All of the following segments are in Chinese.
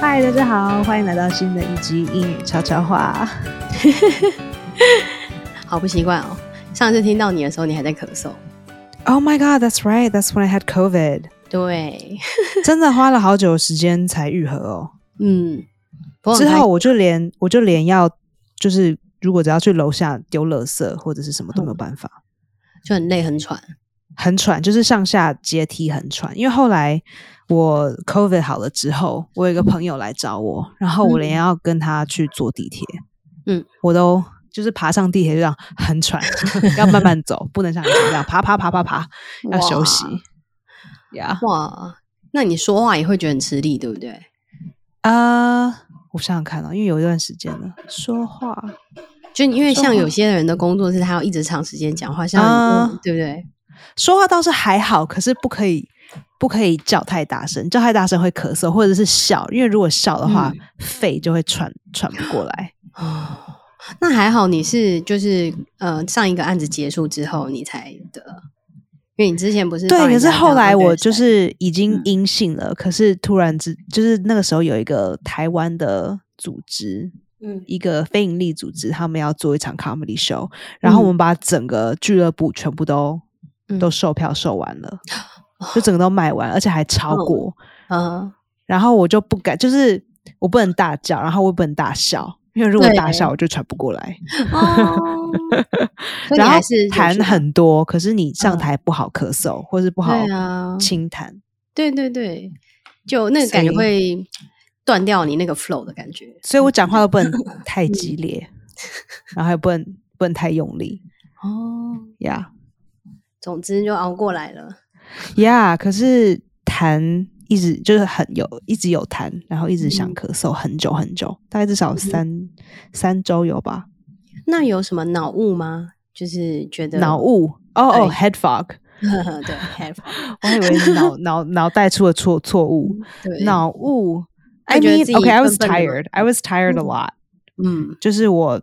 嗨，大家好，欢迎来到新的一集英语悄悄话。好不习惯哦。上次听到你的时候，你还在咳嗽。 Oh my god, that's right. That's when I had COVID. 对，真的花了好久时间才愈合哦。嗯，不过很之开后我就连我就连要就是如果只要去楼下丢垃圾或者是什么都没有办法，就很累很喘。很喘，就是上下阶梯很喘。因为后来我 COVID 好了之后，我有一个朋友来找我，然后我连嗯要跟他去坐地铁，嗯，我都。就是爬上地铁就这样很喘， 要慢慢走，不能像以前这样爬爬爬爬爬，要休息。呀，哇，那你说话也会觉得很吃力，对不对？啊，我想想看哦，因为有一段时间了，说话就因为说像话有些人的工作是他要一直长时间讲话，像啊你、对不对？说话倒是还好，可是不可以不可以叫太大声，叫太大声会咳嗽，或者是笑，因为如果笑的话，肺就会喘喘不过来。哦，那还好，你是就是呃上一个案子结束之后你才得，因为你之前不是对，帮人可是家当后来我 understudy 就是已经嗯阴性了，可是突然之就是那个时候有一个台湾的组织，嗯一个非营利组织，他们要做一场 comedy show，然后我们把整个俱乐部全部都、嗯都售票售完 了，就整个都卖完，而且还超嗯过。呃然后我就不敢，就是我不能大叫，然后我也不能大笑，因为如果对大笑我就喘不过来。 哦，所以你然后还是有痰去吧很多，可是你上台不好咳嗽，或是不好对啊清痰。对对对，就那个感觉所以会断掉你那个 flow 的感觉。所以我讲话都不能太嗯激烈，然后也不能不能太用力。 哦，呀、总之就熬过来了。呀可是痰一直就是很有，一直有痰，然后一直想嗯咳嗽很久很久，大概至少三、三周有吧。那有什么脑雾吗？就是觉得脑，雾，哦哦对，head fog，对 head fog，我还以为是脑脑脑袋出了错错误。 对，脑雾。I 会觉得 mean, 自己 okay, I was 笨笨的吗 tired. I was tired a 嗯 lot. 嗯，就是我，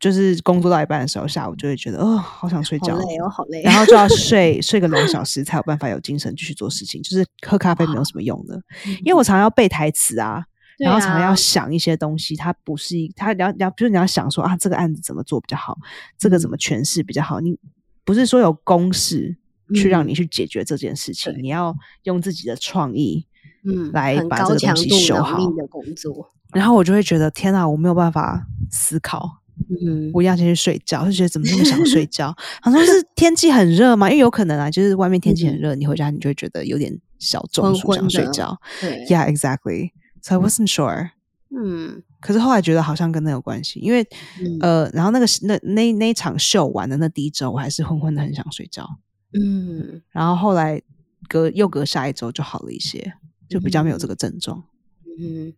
就是工作到一半的时候，下午就会觉得，哦，好想睡好觉，累哦，好累。然后就要睡睡个两小时，才有办法有精神继续做事情。就是喝咖啡没有什么用 的，嗯因为我常常要背台词啊，对然后常常啊要想一些东西，它不是一，它你要你要，就是你要想说啊，这个案子怎么做比较好，这个怎嗯么诠释比较好，你不是说有公式去让嗯你去解决这件事情，对你要用自己的创意。嗯，来很把这高个东强西度修脑力好的工作，然后我就会觉得天啊，我没有办法思考，嗯，我一定要先去睡觉，就觉得怎么那么想睡 觉？好像是天气很热嘛，因为有可能啊，就是外面天气很嗯热，你回家你就会觉得有点小中昏暑，昏想睡的觉。对， Yeah, exactly. So I wasn't sure. 嗯可是后来觉得好像跟那有关系，因为、嗯呃，然后那个那那那一场秀完的那第一周，我还是昏昏的，很想睡觉。嗯然后后来隔又隔下一周就好了一些，就比较没有这个症状。嗯，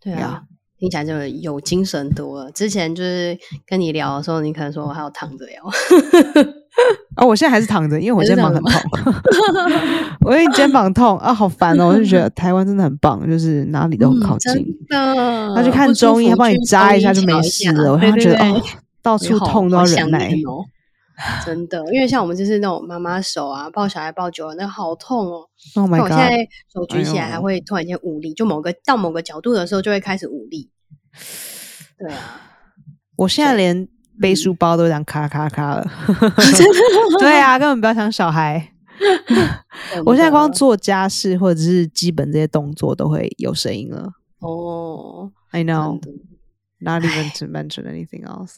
对啊。听起来就有精神多了。之前就是跟你聊的时候，你可能说我还有躺着聊，哦，我现在还是躺着，因为我还是肩膀很躺着痛， 我因为肩膀痛啊，好烦哦！我就觉得台湾真的很棒，就是哪里都很靠近。嗯、真的。他去看不舒中医，服他帮你去扎中一下医就没瞧一事下了。我对就对觉得对哦，到我处好痛都好要忍想耐念。 哦。真的，因为像我们就是那种妈妈手啊，抱小孩抱久了，那个好痛哦。 Oh 那 my 我现 god！在手举起来哎呦还会突然间无力，就某个到某个角度的时候就会开始无力。对啊，我现在连背嗯书包都这样咔咔咔 了。对啊，根本不要想小孩。真我现在的哦光做家事或者是基本这些动作都会有声音了。哦， I 真 know, 的 not even to mention anything else.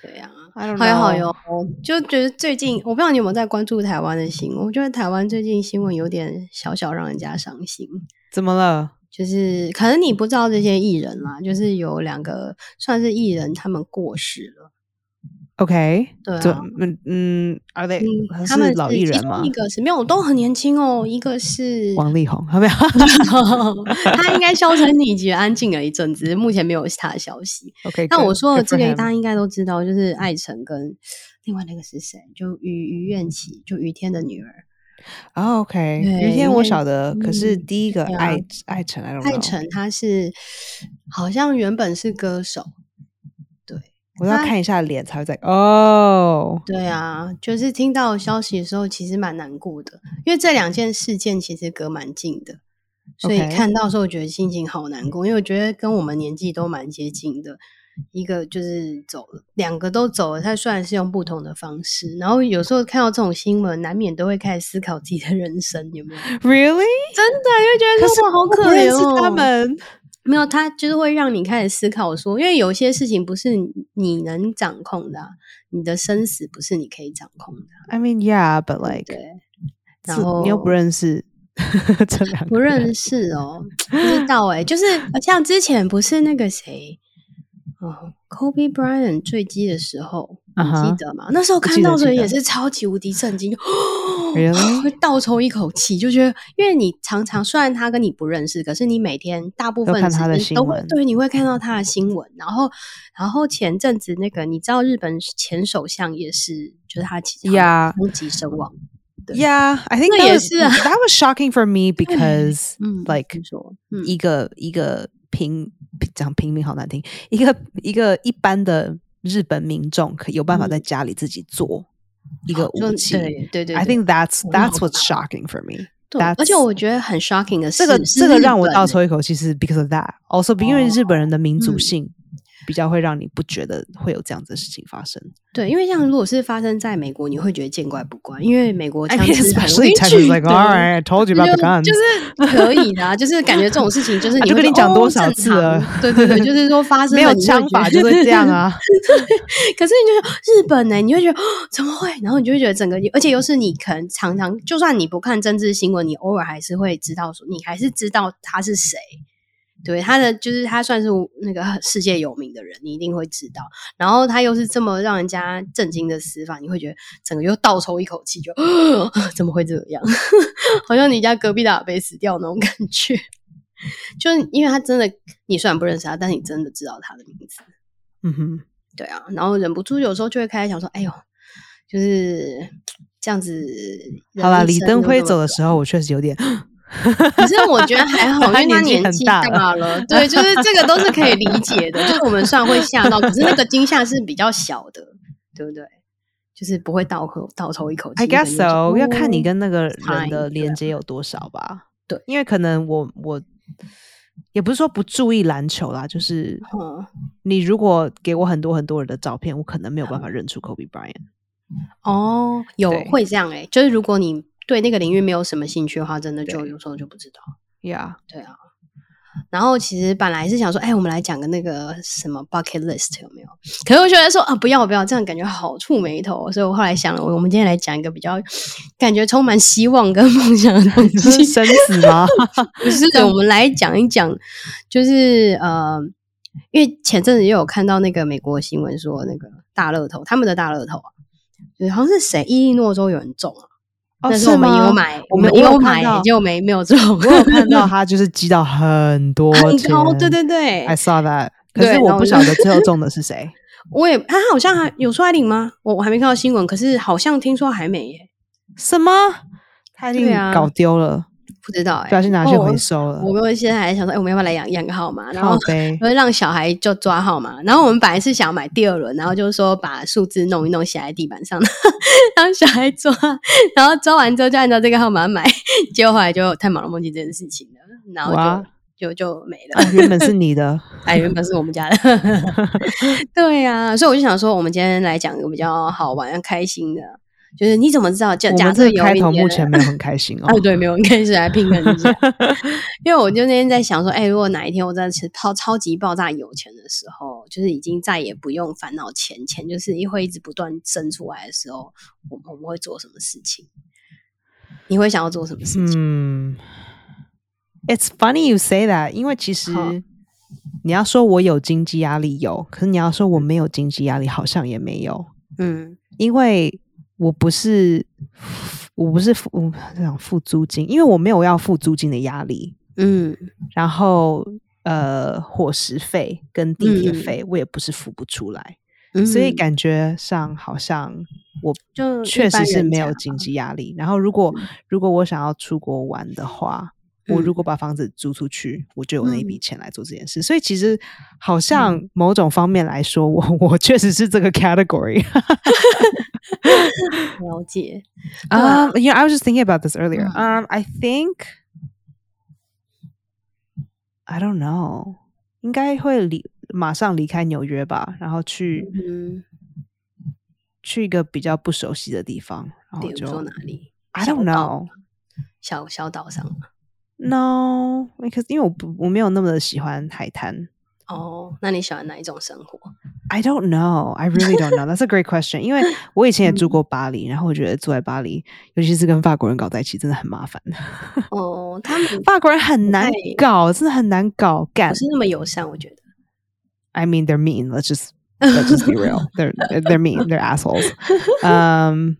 对啊。 I don't know. 好有好有，哦就觉得最近我不知道你有没有在关注台湾的新闻，我觉得台湾最近新闻有点小小让人家伤心。怎么了？就是可能你不知道这些艺人啦，就是有两个算是艺人，他们过世了。 OK，对啊怎嗯嗯，Are they？、嗯，他他们是老艺其人中吗一？个是没有，都很年轻哦。一个是王力宏，他没有 他应该销声匿迹、安静了一阵子，目前没有他的消息。 ？OK， 那我 good，说的 good 这 for 个 him 大家应该都知道，就是艾辰跟另外那个是谁？就于于愿琪，就于天的女儿。哦，OK，对于天因我为晓得，可是嗯第一个对啊爱爱晨，I don't know，艾辰她是好像原本是歌手，对，我都要他看一下脸才会在哦。对啊，就是听到消息的时候，其实蛮难过的，因为这两件事件其实隔蛮近的，所以 OK 看到的时候觉得心情好难过，因为我觉得跟我们年纪都蛮接近的。一个就是走了，两个都走了。他虽然是用不同的方式，然后有时候看到这种新闻，难免都会开始思考自己的人生有 没有 Really？真的，因为觉得可是他们好我可不认怜识哦。他们，没有，他就是会让你开始思考说，因为有些事情不是你能掌控的啊、你的生死不是你可以掌控的啊、 I mean, yeah, but like，对。是然后你又不认识 这两个人，不认识哦，不知道 哎、就是像之前不是那个谁，哦，Kobe Bryant 坠机的时候，你啊哈记得吗？那时候看记得到的人记得哎也是超级无敌震惊，就 Really？会倒抽一口气，就觉得，因为你常常虽然他跟你不认识，可是你每天大部分都看他的时间都会新闻对，你会看到他的新闻。然后，然后前阵子那个，你知道日本前首相也是，就是他其实 Yeah 攻击身亡，对 Yeah, I think 那 that 也 was- 是啊 That was shocking for me because 嗯 like 你说，嗯一个一个平讲平民好难听，一个一个一般的日本民众可有办法嗯在家里自己做一个就武器。对对对 I 对 think that's 我们好 that's what's 大 shocking for me. 对，而且我觉得很 shocking 的是，这个是这个日让我本倒欸抽一口气是 because of that. Also，因为哦日本人的民族嗯性比较会让你不觉得会有这样子的事情发生。对，因为像如果是发生在美国，你会觉得见怪不怪，因为美国哎枪支哎很 especially 容易 in 取 Texas, like, 得 all right, I told you about the 就 guns. 就是可以的、啊，就是感觉这种事情就是啊你就会跟觉你得讲哦多少正次了常对对对，就是说发生没有了你会枪觉法得就是这样 啊。可是你就说日本呢、你会觉得哦怎么会？然后你就会觉得整个，而且又是你可能常常，就算你不看政治新闻，你偶尔还是会知道说，你还是知道他是谁。对他的就是他算是那个世界有名的人，你一定会知道。然后他又是这么让人家震惊的死法，你会觉得整个又倒抽一口气，就、呃怎么会这样？ 好像你家隔壁的阿伯死掉那种感觉。 就是因为他真的，你虽然不认识他，但你真的知道他的名字。嗯哼，对啊，然后忍不住有时候就会开始想说，哎呦，就是这样子。好啦，李登辉走了，的时候，我确实有点 可是我觉得还 好，因他为他年纪年很纪大大了，对，就是这个都是可以理解的，就是我们虽然会吓到，可是那个惊吓是比较小的，对不对？就是不会倒口倒抽一口气。 I guess 可能就 so，要看你哦跟那个差人异的对连接有多少吧。对，因为可能我我也不是说不注意篮球啦，就是嗯你如果给我很多很多人的照片，我可能没有办法认出 Kobe Bryant。哦，有对会这样哎、就是如果你对那个领域没有什么兴趣的话，真的就对有时候就不知道。 Yeah，对啊。然后其实本来是想说，哎，我们来讲个那个什么 bucket list 有没有？可是我觉得说啊，不要不要，这样感觉好触眉头哦。所以我后来想了，我们今天来讲一个比较感觉充满希望跟梦想的东你说是西。生死 吗？哦不是，我们来讲一讲，就是呃，因为前阵子也有看到那个美国新闻说，那个大乐透，他们的大乐透啊，就是好像是谁，伊利诺州有人中哦啊，但是我们吗有买，我们我也有有看买到，，结果没没有中， 我 有看到他就是积到很多很钱，高，对对对，I saw that。可是对然我后不就晓得 最后中的是谁。我也他好像还有出来领吗？我我还没看到新闻，可是好像听说还没耶，什么？他已对经啊搞丢了，不知道哎、不小心拿去哦回收了。我们现在还想说，哎、我们要不要来养养个号码？然靠后背。 会让小孩就抓号码。然后我们本来是想买第二轮，然后就是说把数字弄一弄写在地板上， 让小孩抓，然后抓完之后就按照这个号码买。结果后来就太忙了，忘记这件事情了，然后哇就就就没了。啊，原本是你的，哎，原本是我们家的， 对呀、所以我就想说，我们今天来讲一个比较好玩、开心的，就是你怎么知道？假我假们设这有个开明头年目前没有很开心哦 啊，。对，没有人可以来平衡 一下，因为我就那天在想说，哎、如果哪一天我真的是超超级爆炸有钱的时候，就是已经再也不用烦恼钱，钱就是会一直不断生出来的时候，我我们会做什么事情？你会想要做什么事情？嗯，It's funny you say that，因为其实好你要说我有经济压力有，可是你要说我没有经济压力，好像也没有，嗯因为我不是我不是付我想付租金，因为我没有要付租金的压力，嗯然后呃伙食费跟地铁嗯费我也不是付不出来，嗯，所以感觉上好像我就确嗯一般实是人啊没家有经济压力。然后如嗯果如果我想要出国玩的话，我如果把房子租出去，我就有那一嗯笔钱来做这件事。所以其实好像某种方面来说，我我确实是这个 category 了解，嗯 Um, you know, I was just thinking about this earlier. Um, 嗯 I think I don't know，应该会离马上离开纽约吧，然后去、嗯，去一个比较不熟悉的地方，然比后哦如就嗯说哪里 I 小 don't 岛 know 小小岛上吗 no，because 因为我不我没有那么的喜欢海滩。哦，那你喜欢哪一种生活？ I don't know. I really don't know. That's a great question. 因为我以前也住过巴黎，然后我觉得住在巴黎，尤其是跟法国人搞在一起，真的很麻烦。哦，他们法国人很难太搞，真的很难搞。干不是那么友善，我觉得。 I mean, they're mean. Let's just let's just be real. They're they're mean. They're assholes. Um,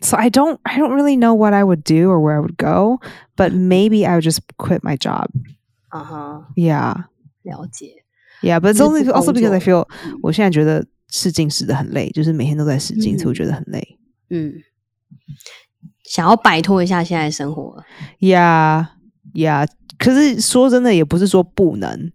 so I don't I don't really know what I would do or where I would go, but maybe I would just quit my job. 啊哈， Yeah, 了解。 yeah. But it's 就是 only 不 also 工 because I 作嗯 feel 我现在觉得试镜试的很累，就是每天都在试镜，所以我觉得很累。嗯，想要摆脱一下现在的生活， Yeah, yeah. 可是说真的，也不是说不 能，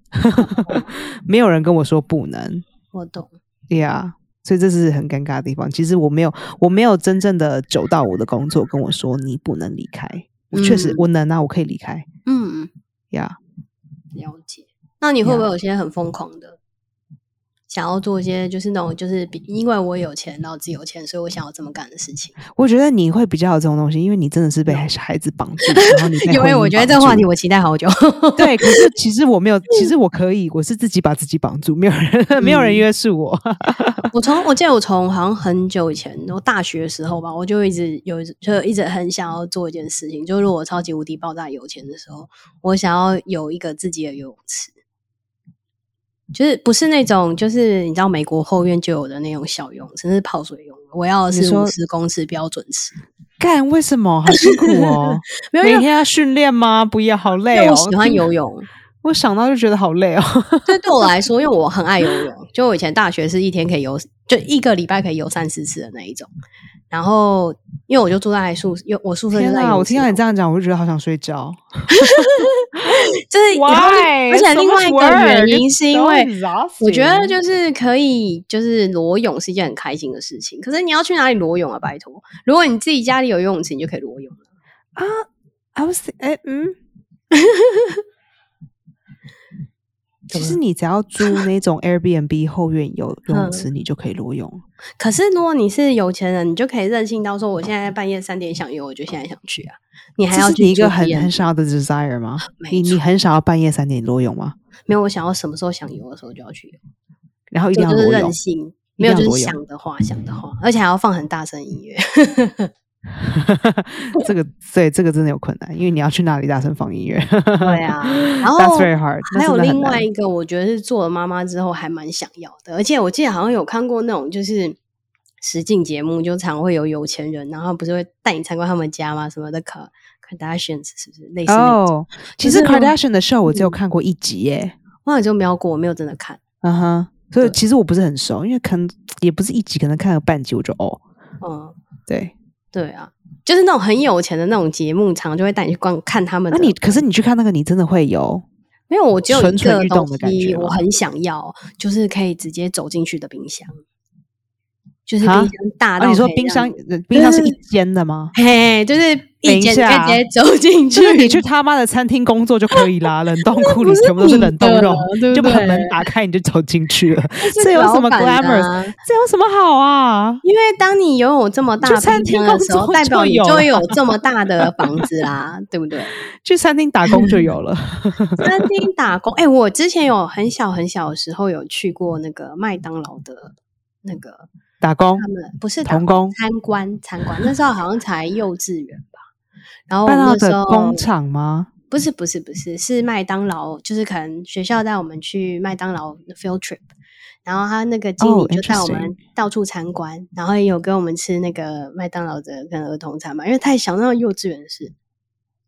没有人跟我说不能。我懂。 Yeah，所以这是很尴尬的地方。其实我没有，我没有真正的走到我的工作跟我说你不能离开。我确实嗯，我能啊，我可以离开。嗯， Yeah，了解。那你会不会 Yeah 有些很疯狂的想要做一些就是那种就是比因为我有钱，然后自己有钱，所以我想要这么干的 事情？我觉得你会比较有这种东西，因为你真的是被孩孩子绑住，然后你被因为婚我姻觉得这绑个话住题。我期待好久。 对，可是其实我没有，其实我可以，我是自己把自己绑住，没有人， 没有人嗯约束我。我从我记得我从好像很久以前，我大学的时候吧，我就一直有一就一直很想要做一件事情，就是如果我超级无敌爆炸有钱的时候，我想要有一个自己的游泳池，就是不是那种就是你知道美国后院就有的那种小游泳池，是泡水游泳，我要的你是说五十公尺标准池，干，为什么？好辛苦 哦！没有每因为天要训练吗？不要，好因累为哦。我喜欢听游泳，我想到就觉得好累 哦。 这对我来说，因为我很爱游泳，就我以前大学是一天可以游，就一个礼拜可以游三四次的那一种。然后，因为我就住在宿，因为我宿舍就天在游哪，泳我听到你池这样讲，我就觉得好想睡觉。就是然后 Why？而且 So 另外 much 一个原 work. 因是因为 It's so 我觉得 exhausting. 就是可以，就是裸泳是一件很开心的事情。可是你要去哪里裸泳啊？拜托，如果你自己家里有游泳池，你就可以裸泳了。啊，I was 哎嗯，其实你只要租那种 Airbnb 后院 有游泳池，你就可以裸泳。可是如果你是有钱人，你就可以任性到说，我现在半夜三点想游，我就现在想去啊。你还这要是去你一个住很 B&B 很想要的 desire 吗？没你你错很想要半夜三点裸泳吗？没有，我想要什么时候想游的时候就要去游。然后一定我要就是裸泳任？性，一没有定要就裸是泳想的话想的话，而且还要放很大声音 乐。 这个对这个真的有困难，因为你要去哪里大声放音乐？对对啊，然后 That's very hard，那还有真的很另外难一个，我觉得是做了妈妈之后还蛮想要的，而且我记得好像有看过那种就是实境节目，就常会有有钱人，然后不是会带你参观他们家吗？什么的 Ka-，Kardashians 是不是类似那种？哦。其就实是那种 Kardashian 的 show 我只有嗯看过一集耶。我好像就瞄过，我没有真的看。嗯哼，所以对其实我不是很熟，因为可能也不是一集，可能看了半集我就哦，嗯，对。对啊，就是那种很有钱的那种节目，常就会带你去逛看他们那的。你可是你去看那个，你真的会有没有，我只有蠢一蠢个欲东动的感西觉吗我很想要，就是可以直接走进去的冰箱，就是冰啊箱大到、啊？你说冰箱，，呃冰箱是一间的吗？ 嘿，就是等一一间就可以下直接走进去，啊 就是你去他妈的餐厅工作就可以 啦，冷冻库里不是全部都是你冷冻的肉，对就不把对？门打开你就走进去 了，这是这有老什么板的 glamorous？啊这有什么好啊？因为当你拥有这么大去的餐冰厅箱的工时候，作代就表你有就会了有这么大的房子啦，对不对？去餐厅打工就有 了，餐厅打工，哎、我之前有很小很小的时候有去过那个麦当劳的那个打工他们不是打童工，参观参观，那时候好像才幼稚园吧。然后我麦当劳哦那时的候工厂吗？不是不是不是是麦当劳，就是可能学校带我们去麦当劳 field trip，然后他那个经哦理就带我们，interesting 到处参观然后也有给我们吃那个麦当劳的跟儿童餐嘛，因为太小，那种幼稚园是。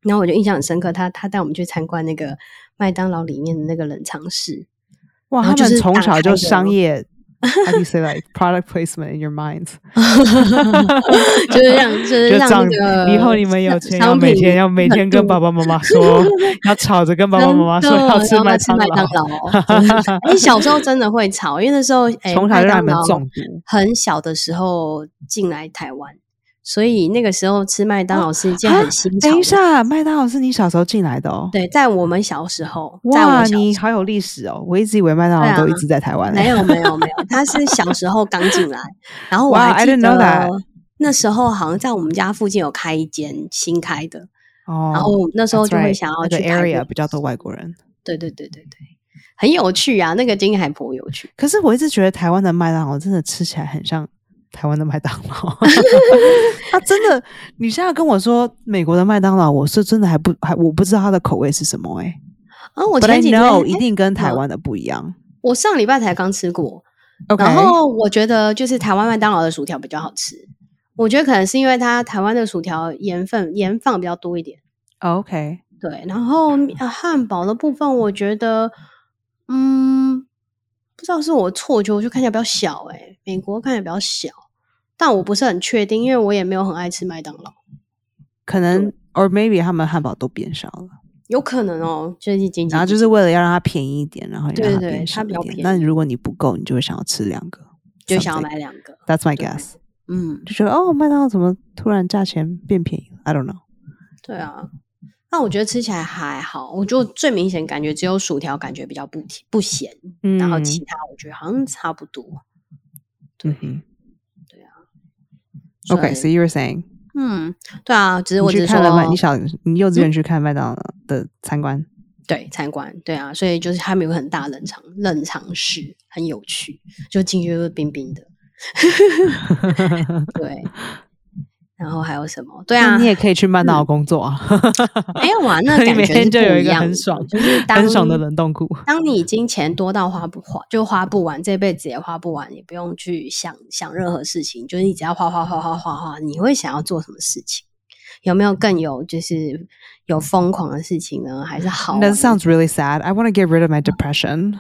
然后我就印象很深刻，他他带我们去参观那个麦当劳里面的那个冷藏室， 哇，他然后就们是从打小开就的商 业，how do you say like product placement in your minds？就是让 就是就让长那个以后你们有钱要商每品天要每天跟冷爸冻爸妈妈 说，要吵着跟爸爸妈妈说真的要吃然后麦要当麦劳，当劳。哎、小时候真的会吵，因为那时候哎，从小麦就让当你们劳中毒。很小的时候进来台湾，所以那个时候吃麦当劳是一件啊很新潮的。等一下，麦当劳是你小时候进来的哦。对，在我们小时候，在我哇，们小你好有历史哦！我一直以为麦当对啊劳都一直在台湾欸、没有没有没有，他是小时候刚进来，然后我 Wow, 还 I 记 didn't 得 know that. 那时候好像在我们家附近有开一间新开的，哦。然后那时候就会想要去的排队 area 比较多外国人。对对对对对，很有趣啊，那个金海颇有趣。可是我一直觉得台湾的麦当劳真的吃起来很像台湾的麦当 劳，它真的，你现在跟我说美国的麦当劳，我是真的还不还我不知道它的口味是什么哎、欸。啊，我 But I 前几天 know 哎一定跟台嗯湾的不一样。我上礼拜才刚吃过， OK，然后我觉得就是台湾麦当劳的薯条比较好吃，我觉得可能是因为它台湾的薯条盐分盐放比较多一点。哦 OK，对，然后呃汉堡的部分，我觉得，嗯，不知道是我错觉，我就看起来比较小、欸，诶，美国看起来比较小，但我不是很确定，因为我也没有很爱吃麦当劳，可能 or maybe 他们汉堡都变少了，有可能哦，最近经济然后不就是为了要让它便宜一点，然后也对让它对变它少比一较点。便那宜如果你不够，你就会想要吃两个，就想要 something 买两个， That's my 对 guess，嗯，就觉得哦，麦当劳怎么突然价钱变便宜了？I don't know。嗯对啊，那我觉得吃起来还好，我就最明显感觉只有薯条感觉比较不甜不咸，嗯然后其他我觉得好像差不多，嗯哼所以，OK，so you were saying，嗯，对啊，只是我你只去是看说了麦，你小你幼稚园去看麦当劳的参观，对，参观，对啊，所以就是他们有个很大冷藏冷藏室，很有趣，就进去就是冰 冰的，对。然后还有什么？对啊那你，也可以去麦当劳工作啊，没有 啊，那你感每觉是天就不有一一个样很的爽就是当很爽的冷冻库。当你已经钱多到花不花，就花不完，这辈子也花不完，也不用去想想任何事情，就是你只要花花花花花花，你会想要做什么事情？有没有更有就是有疯狂的事情呢？还是好玩 That 的 sounds really sad. I want to get rid of my depression.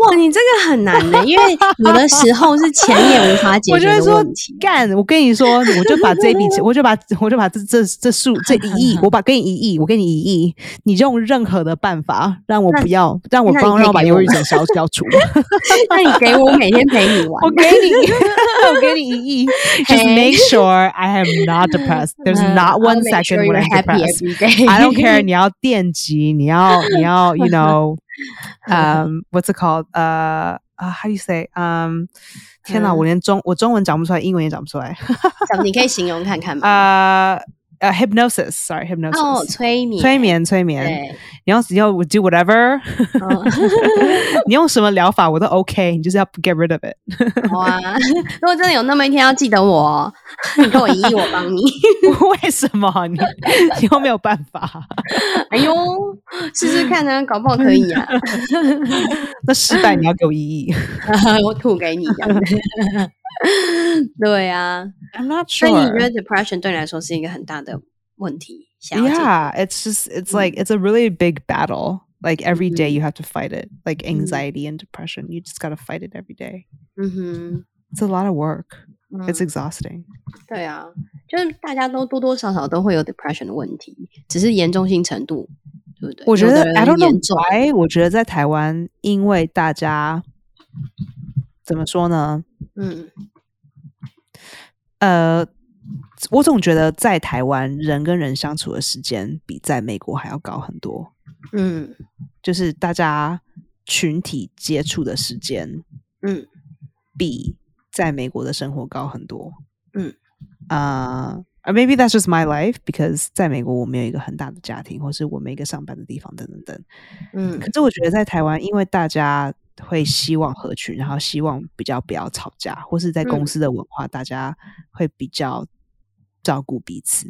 哇，你这个很难的、因为有的时候是前面无法解我就决会的说问题。干，我跟你说，我就把这笔钱，我就把我就把这这这数这 一亿，我把给你一亿，我给你一亿，你用任何的办法让我那不要，让我那你帮可以让我把给忧我郁症消消 除。那你给我每天陪你玩我，给你，我给你 一亿。Just 嘿 make sure I am not depressed. There's 嗯 not one I'll make sure second when you're I'm happy depressed. every day. I don't care. 你要电击，你要你要，you know, Uh-huh. um, what's it called? 呃、啊 h o w do you say? 嗯、天哪，嗯我连中我中文讲不出来，英文也讲不出来。想你可以形容看看 吗？呃呃，hypnosis，sorry, 哦，uh, hypnosis，催眠，呃催，眠催眠，Oh, 对，你要你要 do whatever， 哦你用什么疗法我都 OK，你就是要 get rid of it。 好啊。如果真的有那么一天，要记得我哦，你给我一亿，我帮你。 为什么你你又没有办法？哎呦，试试看啊，搞不好可以啊。 那失败你要给我意义。我吐给你这样子。对啊， I'm not 所以你觉 sure. 得 depression 对你来说是一个很大的问题？想要解决 Yeah, it's just it's like it's a really big battle. Like every day you have to fight it. Like anxiety and depression, you just gotta fight it every day. 嗯哼 It's a lot of work. 嗯 It's exhausting. 对啊，就是大家都多多少少都会有 depression 的问题，只是严重性程度，对不对？我觉有得的人 I don't 严 know 重 why，我觉得在台湾，因为大家怎么说呢？嗯呃，我总觉得在台湾人跟人相处的时间比在美国还要高很多，嗯就是大家群体接触的时间嗯比在美国的生活高很多。嗯，啊、呃 maybe that's just my life because 在美国我没有一个很大的家庭，或是我没有一个上班的地方，等等等。嗯可是我觉得在台湾，因为大家会希望合群，然后希望比较不要吵架，或是在公嗯司的文化，大家会比较照顾彼此。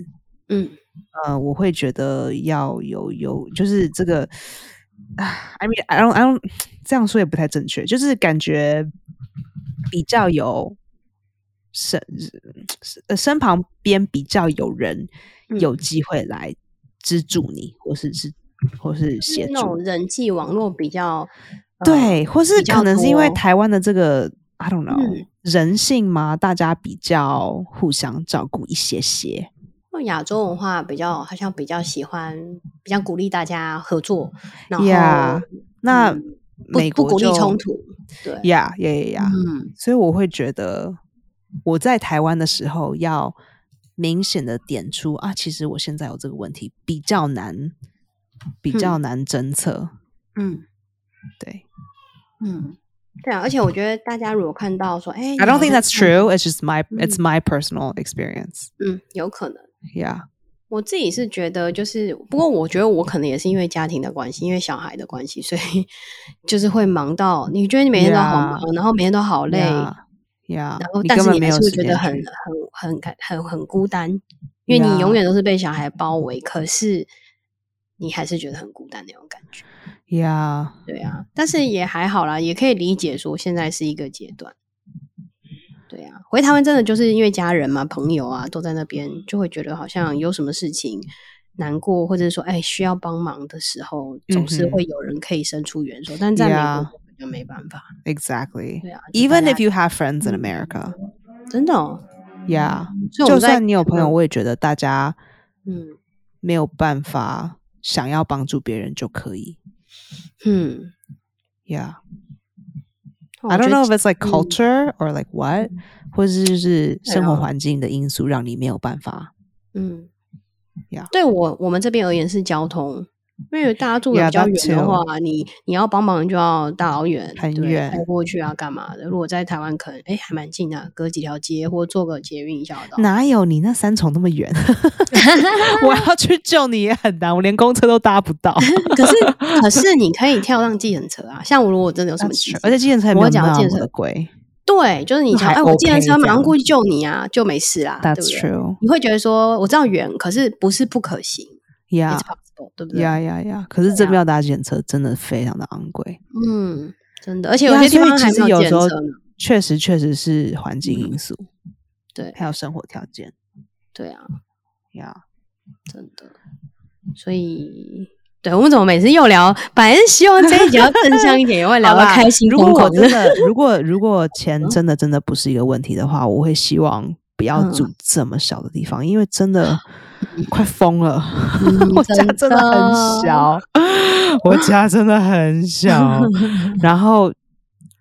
嗯呃，我会觉得要有有，就是这个啊，I mean I don't I don't 这样说也不太正确，就是感觉比较有身呃身旁边比较有人嗯有机会来资助你，或是是或是就是协那助种人际网络比较、呃，对，或是比较可能是因为多台湾的这个 I don't know、嗯人性嘛，大家比较互相照顾一些些。那亚洲文化比较好像比较喜欢，比较鼓励大家合作，然后 Yeah，那嗯美不不国鼓励就冲突，对，呀呀呀呀！嗯所以我会觉得我在台湾的时候要明显的点出啊，其实我现在有这个问题，比较难，比较难侦测。嗯对嗯，对啊，而且我觉得大家如果看到说，哎、 ，I don't think 你好 that's 像 true. It's just my it's my personal experience. 嗯，有可能。 Yeah. 我自己是觉得，就是不过我觉得我可能也是因为家庭的关系，因为小孩的关系，所以 就是会忙到你觉得你每天都好忙然后每天都好累 Yeah. Yeah. 然后啊你但根是本你没还有是会时觉间得很去啊很很很很孤单，因为你永 Yeah 远都是被小孩包围，可是你还是觉得很孤单那种感觉。 Yeah. 对啊，但是也还好啦，也可以理解说现在是一个阶段。对啊，回台湾真的就是因为家人嘛、朋友啊都在那边，就会觉得好像有什么事情难过，或者说哎需要帮忙的时候，总是嗯哼会有人可以伸出援手。但在美 Yeah 国根本就没办法。 Exactly. 对啊嗯就 Even 大 if 家 you have friends in America. 真的、哦， Yeah. 所以我就们在算你有朋友，我也觉得大家嗯没有办法想要帮助别人就可以。嗯， Yeah. 我 I 觉 don't 得 know if it's like 嗯 culture or like what，或者是对生活啊环境的因素让你没有办法。嗯 Yeah 对我我们这边而言是交通，因为大家住的 Yeah, 比较 that 远的 too. 话，你你要帮忙就要大老远，很对远开过去啊，干嘛的？如果在台湾，可能哎还蛮近的，隔几条街或坐个捷运一下就到。哪有你那三重那么 远？我要去救你也很难，我连公车都搭不 到。可是可是你可以跳上计程车啊，像我如果真的有什么急事，而且计程车也没我有讲那计程么车的贵。对，就是你那想还哎我计程 OK 车马这样上过去救你啊，就没事啦，对不 That's 对？ true. 你会觉得说我知道远，可是不是不可行 Yeah. ，it's possible，对不对？呀呀呀！可是这边要搭检车真的非常的昂贵，嗯，真的，而且有对啊些地所以方还其实没有计时程候车呢。嗯确实确实是环境因素，对还有生活条件对啊，呀。真的。所以，对我们怎么每次又聊？本来是希望这一集要正向一点，也会聊好到啦开心如疯果我狂真的，的。如果如果钱真的真的不是一个问题的话，我会希望不要嗯住这么小的地方，因为真的快疯了。嗯我家真的很小，我家真的很 小。然后，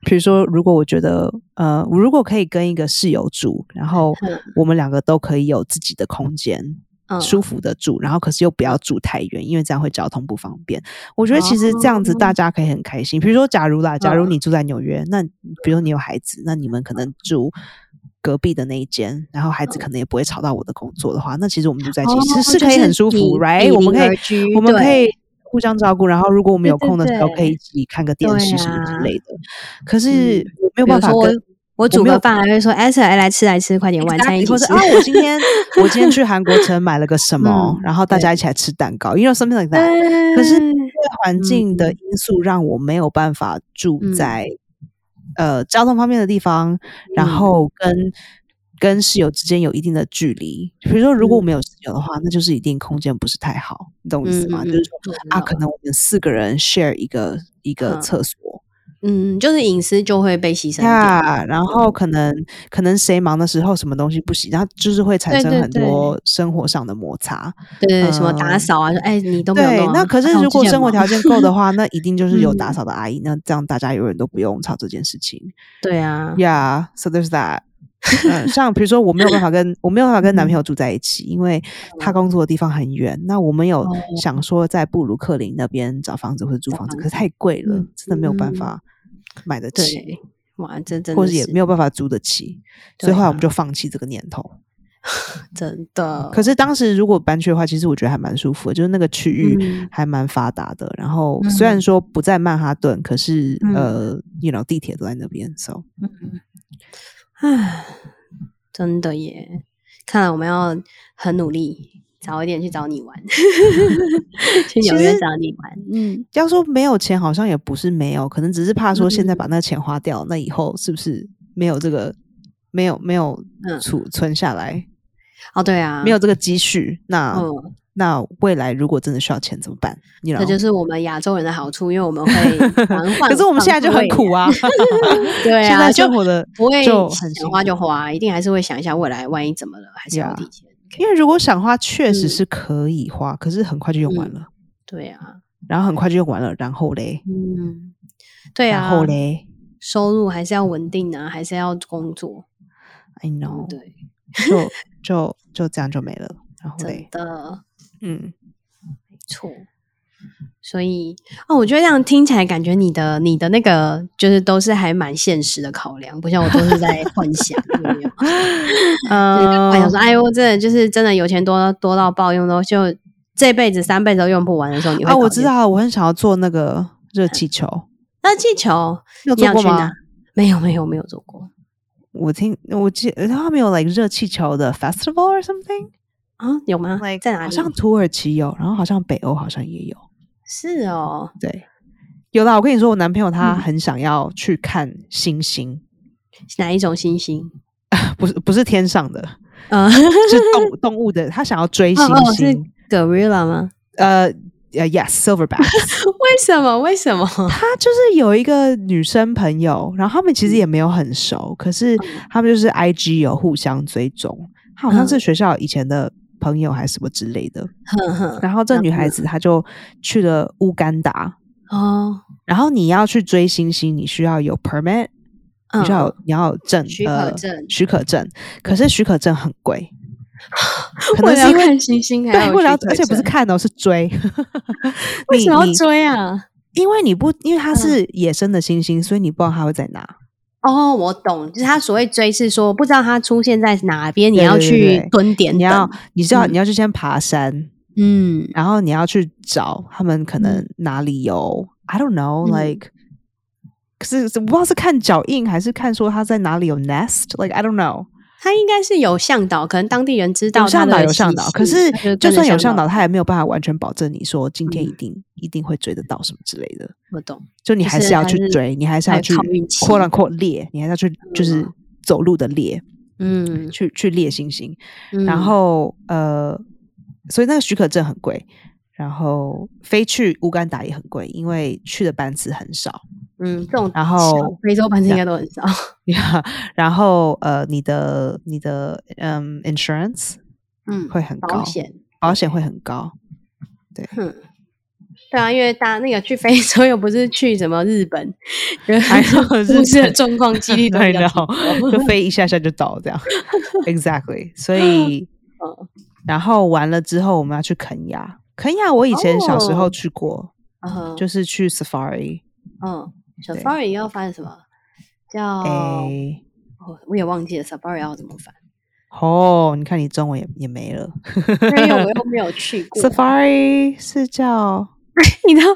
比如说，如果我觉得，呃，我如果可以跟一个室友住，然后嗯我们两个都可以有自己的空间，嗯舒服的住，然后可是又不要住太远，因为这样会交通不方便。我觉得其哦实这样嗯子大家可以很开心。比如说，假如啦，假如你住在纽约，那比如你有孩子，那你们可能住。隔壁的那一间，然后孩子可能也不会吵到我的工作的话，那其实我们住在一起、嗯哦是是就可以是很舒服比，right？比我们邻可而以居我们可对以互相照顾，然后如果我们对有对空的时候，对可以一起看个电对视什么之啊嗯类的。可是我没有比如办法说我跟，我煮没有个饭还会说，哎，来来吃来吃，快点，晚餐一 Exactly，起或是 吃啊。，我今天我今天去韩国城买了个什么，嗯然后大家一起来吃蛋糕，因为 something like that。可是环境的因素让我没有办法住嗯在、呃交通方面的地方，然嗯后跟、跟室友之间有一定的距离。比如说，如果我嗯们有室友的话，那就是一定空间不是太好，你懂我意思吗？嗯嗯就是说嗯我知啊，道可能我们四个人 share 一个一个嗯厕所嗯，就是隐私就会被牺牲掉。呀，然嗯后可能可能谁忙的时候什么东西不行，然后就是会产对生对很对多生活上的摩擦。对对对，什么打嗯扫啊，说哎，你都没有对弄，啊。那可是啊我如之果前生活忙条件够的话，那一 定就是有打嗯扫的阿姨，那这样大家永远都不用吵这件事情。对啊， Yeah, so there's that 嗯，像比如说，我没有办法跟我没有办法跟嗯男朋友住在一起，因为他工作的地方很远。那我们有哦想说在布鲁克林那边找房子或者租找房子，房可是太贵了嗯，真的没有办嗯法买得起，对，哇，这真或的者也是没有办法租得起，所以对后来我啊们就放弃这个念头。真的。嗯可是当时如果搬去的话，其实我觉得还蛮舒服的，就是那个区域嗯还蛮发达的。然后虽然说不在曼哈顿，可是、嗯呃，you know，地铁都在那边，so 唉，真的耶！看来我们要很努力，早一点去找你 玩，去纽其约实找你玩。嗯，要说没有钱，好像也不是没有，可能只是怕说现在嗯把那个钱花掉，那以后是不是没有这个没有没有嗯储存下来，哦，对啊，没有，这个积蓄，那、嗯，那那未来如果真的需要钱怎么办？你这就是我们亚洲人的好处，因为我 们会缓缓。可是我们现在就很苦啊，啊， 对现啊，在就生活的不会就很辛想花就花，一定还是会想一下未来，万一怎么了，还是要 Yeah 提前。因为如果想花，确实嗯是可以花，可是很快就用完嗯了，对啊，然后很快就用完了，然后嘞，嗯，对然啊后，嘞，收入还是要稳定啊，还是要工作。 I know，对，就就就这样就没了。然后真嘞，的嗯，没错。所以哦，我觉得这样听起来感觉你的你的那个就是都是还蛮现实的考量，不像我都是 在幻想，有 没有？呃我想说，哎呦，真的就是真的有钱多多到爆用都就这辈子三辈子都用不完的时候，你会啊，搞我定知。道了，我很想要做那个热气球， 那气球你有你做要过去哪吗？？没有没有没有做过我听我记，他们有 like 热气球的 festival or something，啊？有吗 like 在哪好里？像土耳其有，然后好像北欧好像也有。是哦，对，有啦。我跟你说，我男朋友他嗯很想要去看星星， 哪一种星星？不是不是天上的，呃， 是动动物的，他想要追星哦哦是星。 gorilla 吗？呃呃，yes，silverback。 为什么？为 什么？他就是有一个女生朋友，然后他们其实也没有很 熟，可是嗯他们就是 IG 有互相追踪。他好像是学校以前的朋友还是什么之类的。哼哼，然后这然女后孩呢子她就去了乌干达。哦，然后你要去追星星，你需要有 permit，你需要有你要有证，嗯许可呃证嗯许可证。可是许可证很 贵，可为能是了要因为啊看星星还对，要为了要许可而且不是证看哦，是追。 为什么你要？追啊？你因为你不，因为它嗯是野生的星星，所以你不知道它会在哪。哦，我懂，就是他所谓追是说不知道他出现在哪边，你对要对对去对蹲点你要等，你知道嗯你要去先爬山，嗯，然后你要去找他们可能哪里有，I don't 嗯 know，like。可是我不知道是看脚印还是看说它在哪里有 nest，like I don't know。他应该是有向导，可能当地人知道有他向导的有向习导，性可是他就就跟着算有向向导，，他也没有办法完全保证你说今天嗯一定、一定会追得到什么之类的。我懂，就你就还是是要还去是追，你还是要还去靠运气 quote unquote 猎，你还是要去就是嗯走路的猎，嗯，去去猎星星。嗯然后呃，所以那个许可证很贵，然后飞去乌干达也很贵，因为去的班次很少。 嗯，这种然后非洲班次应该都很少，呀然后呃，你的你的嗯 insurance 嗯，会很高，保险，保险会很 高。哼。对啊，因为大家那个去非洲 又不是去什么日本，还有 故事日的本状况几率都 对比较的低，就飞一下下就倒这样 ，exactly。所以，嗯然后完了之后，我们要去肯亚。肯亚我以前小时候哦去过，嗯哼就是去 safari，嗯对，Safari 要翻什么？叫、诶，哦我也忘记了 Safari 要怎么翻，哦，你看你中文也也没了。因为我又没有去过。 safari 是叫 你知道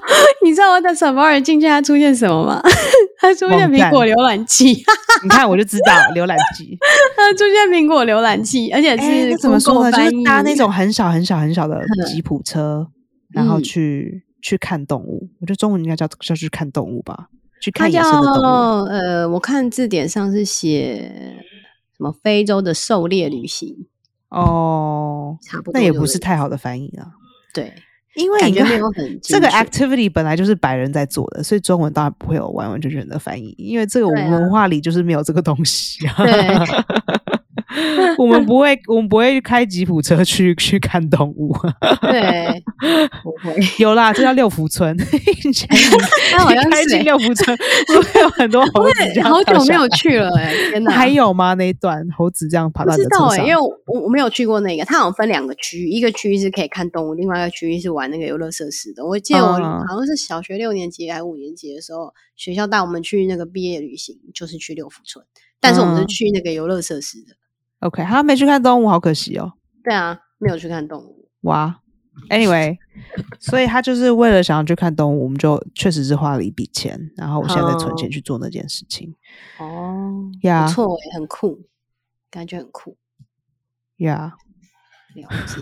你知道我的 Safari 进去它出现什么吗？ 它出现网苹站果浏览器， 你看我就知 道浏览器，它出现苹果浏览器，而且诶是哎那怎么说 Google 呢？就翻是译搭那种很小很小很小 的嗯吉普车，然后嗯去去看动物。我觉得中文应该叫叫去看动物吧，去它看野叫生的动物。呃，我看字典上是写什么非洲的狩猎旅行，哦，差不多那也就不是太好的翻译了，对，因为感你觉看没有很这个精确 activity 本来就是白人在做的，所以中文当然不会有完完全全的翻译，因为这个我对啊们文化里就是没有这个东西、 啊。对我们不会，我们不会开吉普车去去看动物。对， 不会， 有啦，这叫六福 村。 以前你它好像开是、进欸。六福村， 不会有很多猴子这样好跳久没下有来去了哎、欸，天那哪！还有吗？那一段猴子这样爬不到你知的道车哎、上？因为我我我没有去过那个，它好像分两个区，一个区域是可以看动物，另外一个区域是玩那个游乐设施的。我记得我嗯好像是小学六年级还是五年级的时候，学校带我们去那个毕业旅行，就是去六福村，但是我们是嗯去那个游乐设施的。 OK，他没去看动物，好可惜哦。对啊，没有去看动物。哇，Anyway，所以他就是为了想要去看动物，我们就确实是花了一笔钱，然后我现在在存钱哦去做那件事情。哦，呀不错哎、很酷，感觉很酷，呀、了解。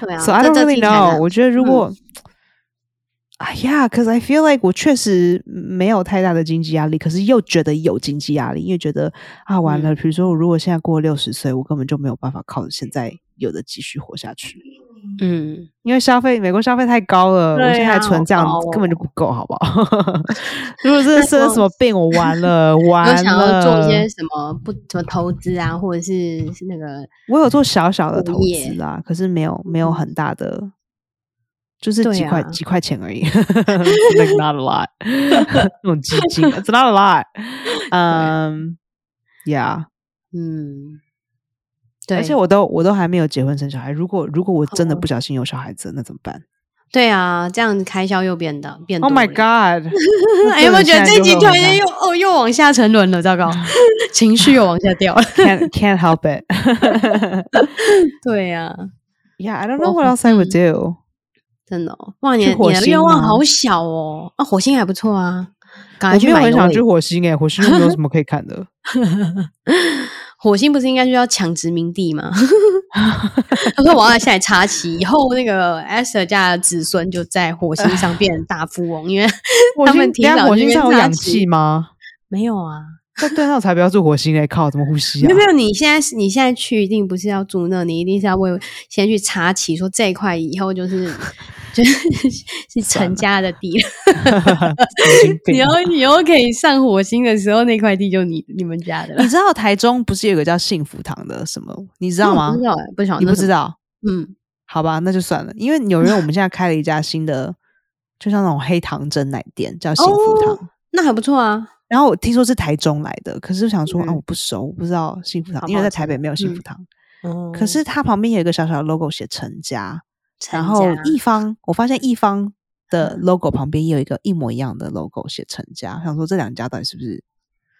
对啊 s o I 这 don't 这 really 听起来蛮嗯 know。我觉得如果，哎呀，cause I feel like 我确实没有太大的经济压力，可是又觉得有经济压力，因为觉得啊完嗯了，比如说我如果现在过六十岁，我根本就没有办法靠着现在有的继续活下去，嗯，因为消费美国消费太高了，我对现在啊存好这样、高根本就哦不够，好不好？ 如果真的生了什么病，我完了完有了。想要做一些什么不什么投资啊，或者是是那个我有做小小的副投业嗯资啦，可是没有没有很大的，就是对几块、啊几块钱 而已 It's，like not a lot，那种基金，it's not a lot，嗯、um,，yeah，嗯，对，而且我都我都还没有结婚生小孩，如果如果我真的哦不小心有小孩子，那怎么办对啊，这样开销又变大变多？Oh 了。 my god！ 哎，有没有觉得这一集突然间又又哦又往下沉沦了？糟糕，情绪又往下掉了。 can't can't help it？对呀、 Yeah, I don't know what else I would 嗯 do. 真的、哦，哇，你去的火你的星愿望吗好小哦。啊，火星还不错啊，我赶快没去有买很一个想位去火星诶、欸火星又没有什么可以看 的。火星不是应该就要抢殖民地吗？ 他说我要下来插旗，以后那个 Esther 家的子孙就在火星上变大富翁，因为 火他星们提等一下早火去星上有跟大氧气气吗？没有啊， 那对，那我才不要住火星诶、靠，怎么呼吸没 啊有没？有，你现在你现在去一定不是要住那，你一定是要为先去插旗，说这一块以后就是 就是是算成了家的地了。神经你病啊要你要可以上火星的时候，那块地就你你们家的 了你。知道台中不是有个叫幸福堂的什么？你知道我吗不？知道哎，不晓得你那不什知么？道？嗯，好吧，那就算了。因为纽约我们现在开了一家新的，就像那种黑糖蒸奶店，叫幸福哦堂。那还不错啊。然后我听说是台中来的，可是我想说、啊，嗯我不熟，我不知道幸福好堂，不因为好在吃台北没有幸嗯福堂。哦可是它旁边有一个小小的 logo 写陈家，成然后家一方我发现一方的嗯 logo 旁边也有一个一模一样的 logo 写陈家，想说这两家到底是不是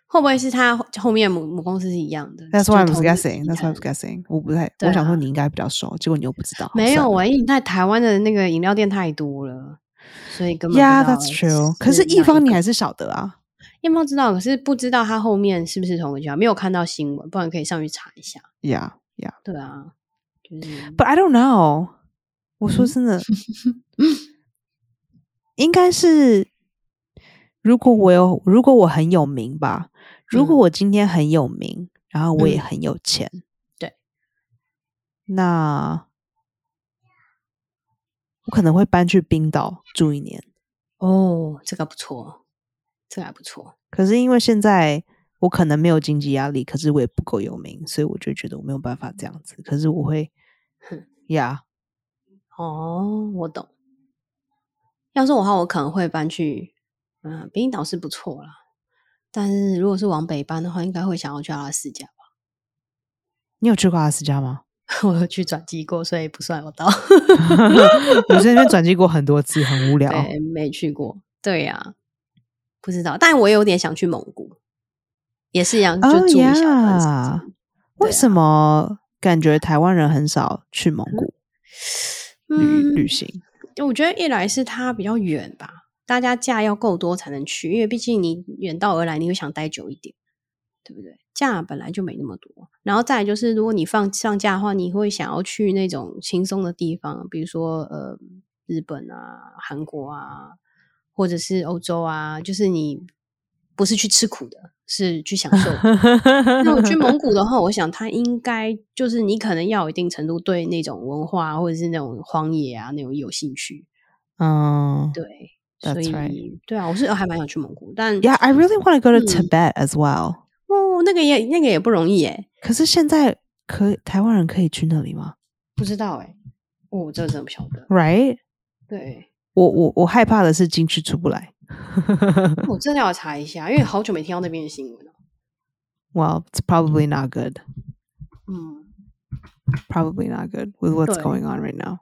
会不会是他后后面母母公司是一样的？That's 嗯就 why I'm 同一 guessing. 集 That's why 团 I'm guessing. 我不太，对我想说啊你应该比较熟，结果你又不知道。没有我。喂，在台湾的那个饮料店太多了，所以根本 Yeah, 不知道 that's true. 可是，一哪方你个还是晓得啊。一方知道，可是不知道他后面是不是同个家，没有看到新闻，不然可以上去查一下。 Yeah, yeah. 对啊，就是。 But I don't know. 我说嗯真 的，应该是如果我有，如果我很有名吧，如果嗯我今天很有名，然后我也嗯很有钱，对，那我可能会搬去冰岛住一年。哦，这个不错，这个还不错。可是因为现在我可能没有经济压力，可是我也不够有名，所以我就觉得我没有办法这样子。可是我会哼，呀、哦，我懂。要是我的话，我可能会搬去，嗯，冰岛是不错啦。但是如果是往北搬的话，应该会想要去阿拉斯加吧。你有去过阿拉斯加吗？ 我有去转机过，所以不算我到。我在那边转机过很多次，很无聊。对，没去过。对呀、不知道。但我有点想去蒙古，也是一样，就 Oh 住一小段时间。 yeah 啊为什么感觉台湾人很少去蒙古旅、嗯，旅行？我觉得一来是它比较远吧，大家假要够多才能去，因为毕竟你远道而来，你会想待久一点，对不对？假本来就没那么多，然后再来就是，如果你放放假的话，你会想要去那种轻松的地方，比如说呃日本啊、韩国啊，或者是欧洲啊，就是你不是去吃苦的，是去享受的。那我去蒙古的话，我想它应该就是你可能要有一定程度对那种文化或者是那种荒野啊那种有兴趣，嗯对 That's 所以 right 对啊，我是还蛮想去蒙古，但，Yeah, I really want to go to 嗯 Tibet as well、哦，那个也那个也不容易诶、可是现在可台湾人可以去那里吗不知道哎诶、哦，我这个真的不晓得， ？Right？对，我我我害怕的是进去出不来。我真的要查一下，因为好久没听到那边的新闻了， Well, it's probably not good. 嗯 Probably not good with what's 对。 going on right now.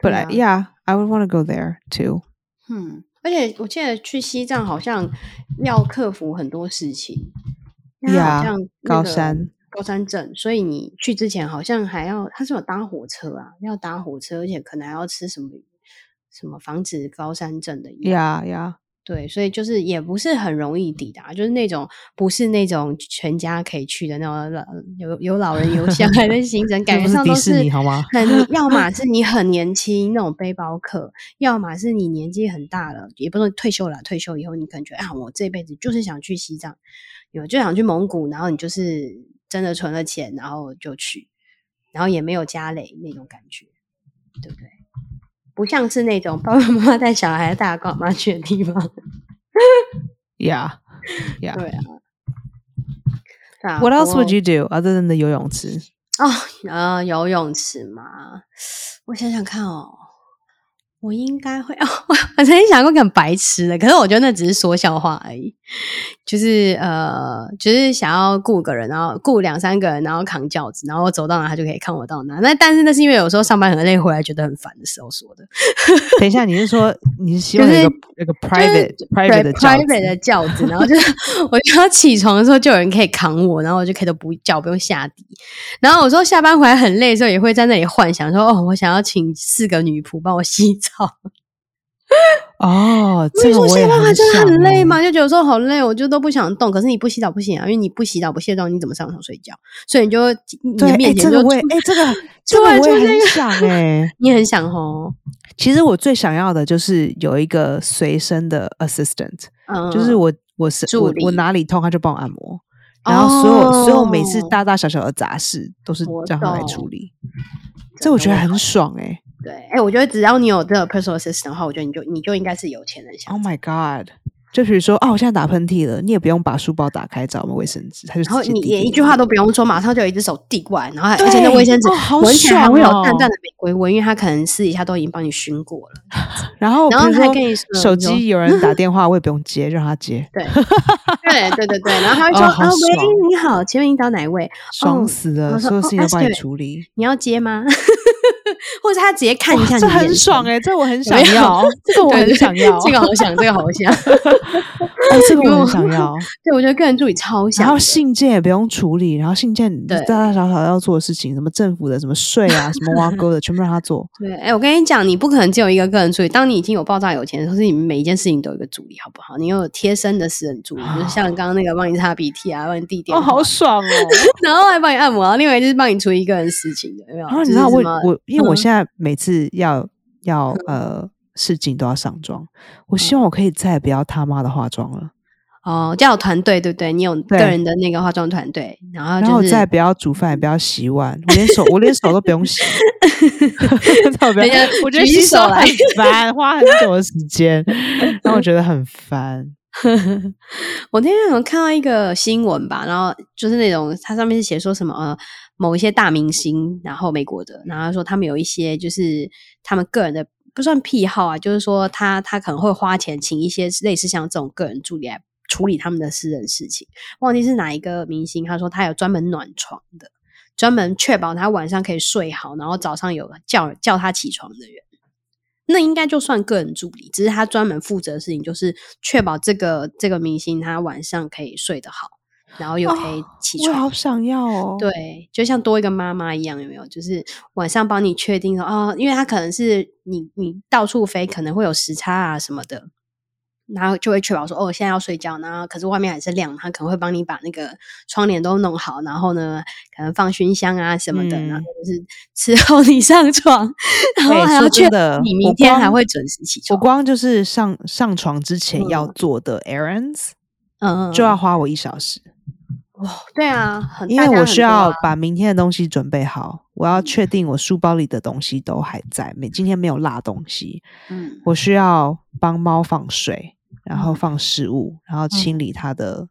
But I, 对啊 yeah, I would want to go there too. 嗯，而且我记得去西藏好像要克服很多事情，因为它 Yeah，好像、那高个山高山症，所以你去之前好像还要，它是有搭火车啊，要搭火车，而且可能还要吃什么什么防止高山症的药。 Yeah, yeah. 对，所以就是也不是很容易抵达，就是那种不是那种全家可以去的那种老有有老人有小 孩的行程，感那不觉是上迪都士是尼好 吗很，要么是你很年轻那种背包客，要么是你年纪很大了，也不能退休了，退休以后你可能觉得啊，我这辈子就是想去西藏，有就想去蒙古，然后你就是真的存了钱，然后就去，然后也没有家累那种感觉，对不对？不像是那种爸爸妈妈带小孩带阿公阿妈去的地方。 Yeah, yeah. 对啊。对啊 What else 不过 would you do other than the 游泳 池？哦，呃，游泳池嘛，我想想看哦，我应该会哦， 我我曾经想过很白痴的，可是我觉得那只是说笑话而已，就是呃，就是想要雇个人，然后雇两三个人，然后扛轿子，然后我走到哪他就可以看我到哪。那但是那是因为有时候上班很累，回来觉得很烦的时候说的，等一下，你是说你是希望有一个有一个 private 对 private 的轿 private 的子？轿子，然后就是我就要起床的时候就有人可以扛我，然后我就可以都不叫不用下地。然后有时候下班回来很累的时候，也会在那里幻想说，哦，我想要请四个女仆帮我洗澡。哦，所 这以个说我也下班还真的想很累欸嘛，就觉得说好累，我就都不想动。可是你不洗澡不行啊，因为你不洗澡不卸妆，你怎么上床睡觉？所以你就你对，的哎、面这前个就我也，出哎、这 个这个对我就也是很那个想哎、你很想哦，其实我最想要的就是有一个随身的 assistant，、嗯，就是我我是助我我理哪里痛，他就帮我按摩，然后所有、所有每次哦大大小小的杂事都是我让他来懂处理，真这我的觉得我很爽哎、对。哎，我觉得只要你有这个 personal assistant 的话，我觉得你就你就应该是有钱人想 Oh。my，Oh god！就比如说啊，我现在打喷嚏了，你也不用把书包打开找我们卫生纸，他就然后直接你递也给一句话你都不用说，马上就有一只手递过来，然后还对而且那卫生纸哦好闻起来还会有爽哦淡淡的玫瑰味，因为他可能私底下都已经帮你熏过了。然后然比后如还说跟你说手你说机有人打电话，我也不用接，让他 接，对对对对，然后他会哦说：“好啊喂爽，你好，请问你找哪一位？爽死了，我说所有事情哦都帮你 Esther 处理。你要接吗？” 或者他直接看一哇下你，这很爽哎、哎、这我很想没有要，这个我对很对想要，这个好想，这个好 想。哦，这个因为我我很想要。对，我觉得个人助理超想然的。后信件也不用处理，然后信件你对大大小小要做的事情，什么政府的、什么税啊、什么 挖沟的，全部让他做。对，哎、我跟你讲，你不可能只有一个个人助理。当你已经有爆炸有钱的时候，是你每一件事情都有一个助理，好不好？你有贴身的私人助理，就是像刚刚那个帮你擦鼻涕啊，帮你递电哦，话，好爽哦！ 然后还帮你按摩，然后另外一个就是帮你处理个人事情的，有没有？然啊后你知就是道我什么我，因为我嗯现在每次要要呃试镜都要上妆，我嗯希望我可以再也不要他妈的化妆了，哦，叫有团队对不对？你有个对人的那个化妆团队，然后然后啊就我是再也不要煮饭，也不要洗碗，我连手我连手都不用 洗， 我不要人家我觉得举洗手手很来烦，花很久的时 间，让我觉得很烦。我那天有看到一个新闻吧，然后就是那种它上面是写说什么呃某一些大明星，然后美国的，然后说他们有一些就是他们个人的不算癖好啊，就是说他他可能会花钱请一些类似像这种个人助理来处理他们的私人事情。忘记是哪一个明星，他说他有专门暖床的，专门确保他晚上可以睡好，然后早上有叫叫他起床的人。那应该就算个人助理，只是他专门负责的事情就是确保这个这个明星他晚上可以睡得好，然后又可以起我床。好想要哦。对，就像多一个妈妈一样，有没有？就是晚上帮你确定说，哦，因为他可能是你你到处飞，可能会有时差啊什么的，然后就会确保说，哦，现在要睡觉，然后可是外面还是亮，他可能会帮你把那个窗帘都弄好，然后呢，可能放熏香啊什么的，然后嗯就是伺候你上床，然后哎还说要真确的保你我明天还光会准时起我床，光就是上上床之前要嗯做的 errands、嗯，就要花我一小时，对啊，很因大为家我很需多要啊嗯把明天的东西准备好，我要确定我书包里的东西都还在，没今天没有落东西。嗯我需要帮猫放水，然后嗯放食物，然后清理它的、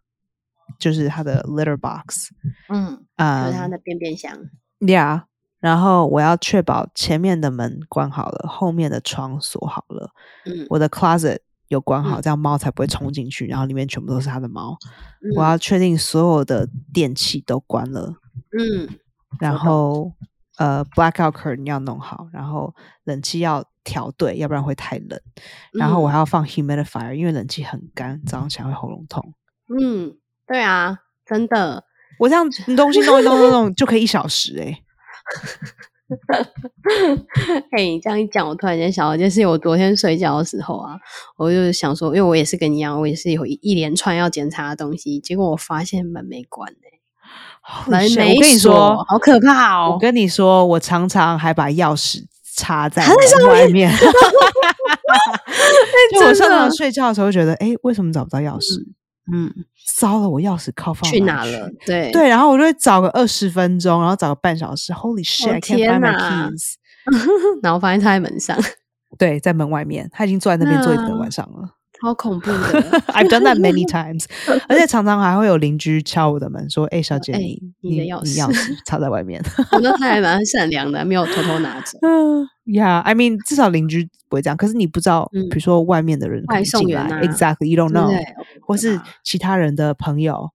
就是它的 litter box，嗯，就是他嗯的便便箱。 ，yeah。然后我要确保前面的门关好了，后面的窗锁好了，嗯，我的 closet 有关好，嗯这样猫才不会冲进去，然后里面全部都是它的猫。我嗯要确定所有的电器都关了，嗯，然我懂后呃 blackout curtain 要弄好，然后冷气要调对，要不然会太冷。然后我嗯还要放 humidifier，因为冷气很干，早上起来会喉咙痛。嗯，对啊，真 的，我这样东西弄一弄弄一弄就可以一小时哎、 哎、你这样一讲，我突然间想到一件事情。我昨天睡觉的时候啊，我就想说，因为我也是跟你一样，我也是有一一连串要检查的东西，结果我发现门没关、欸、 Holy 门 shit，没我跟你锁说，好可怕哦我跟你说，我常常还把钥匙插在插在哎门外面。 就我真上床的睡觉的时候，觉得哎、诶为什么找不到钥匙？嗯，糟了，我钥匙靠放去哪哪去了？？对对，然后我就会找个二十分钟，然后找个半小时。Holy shit！、I can't 哦天 find my 哪 keys。然后发现它在门上， 对，在门外面，他已经坐在那边坐一整个那晚上了。超恐怖的。 I've done that many times，而且常常还会有邻居敲我的门说：“哎、小姐，哎你你的你钥匙钥匙插在外面。。我觉得他还蛮善良的，没有偷偷拿走 嗯，Yeah，I mean，至少邻居不会这样。可是你不知道，嗯比如说外面的人可外能送进员来啊，Exactly，you don't 对 know，不对？Oh 或是其他人的朋友，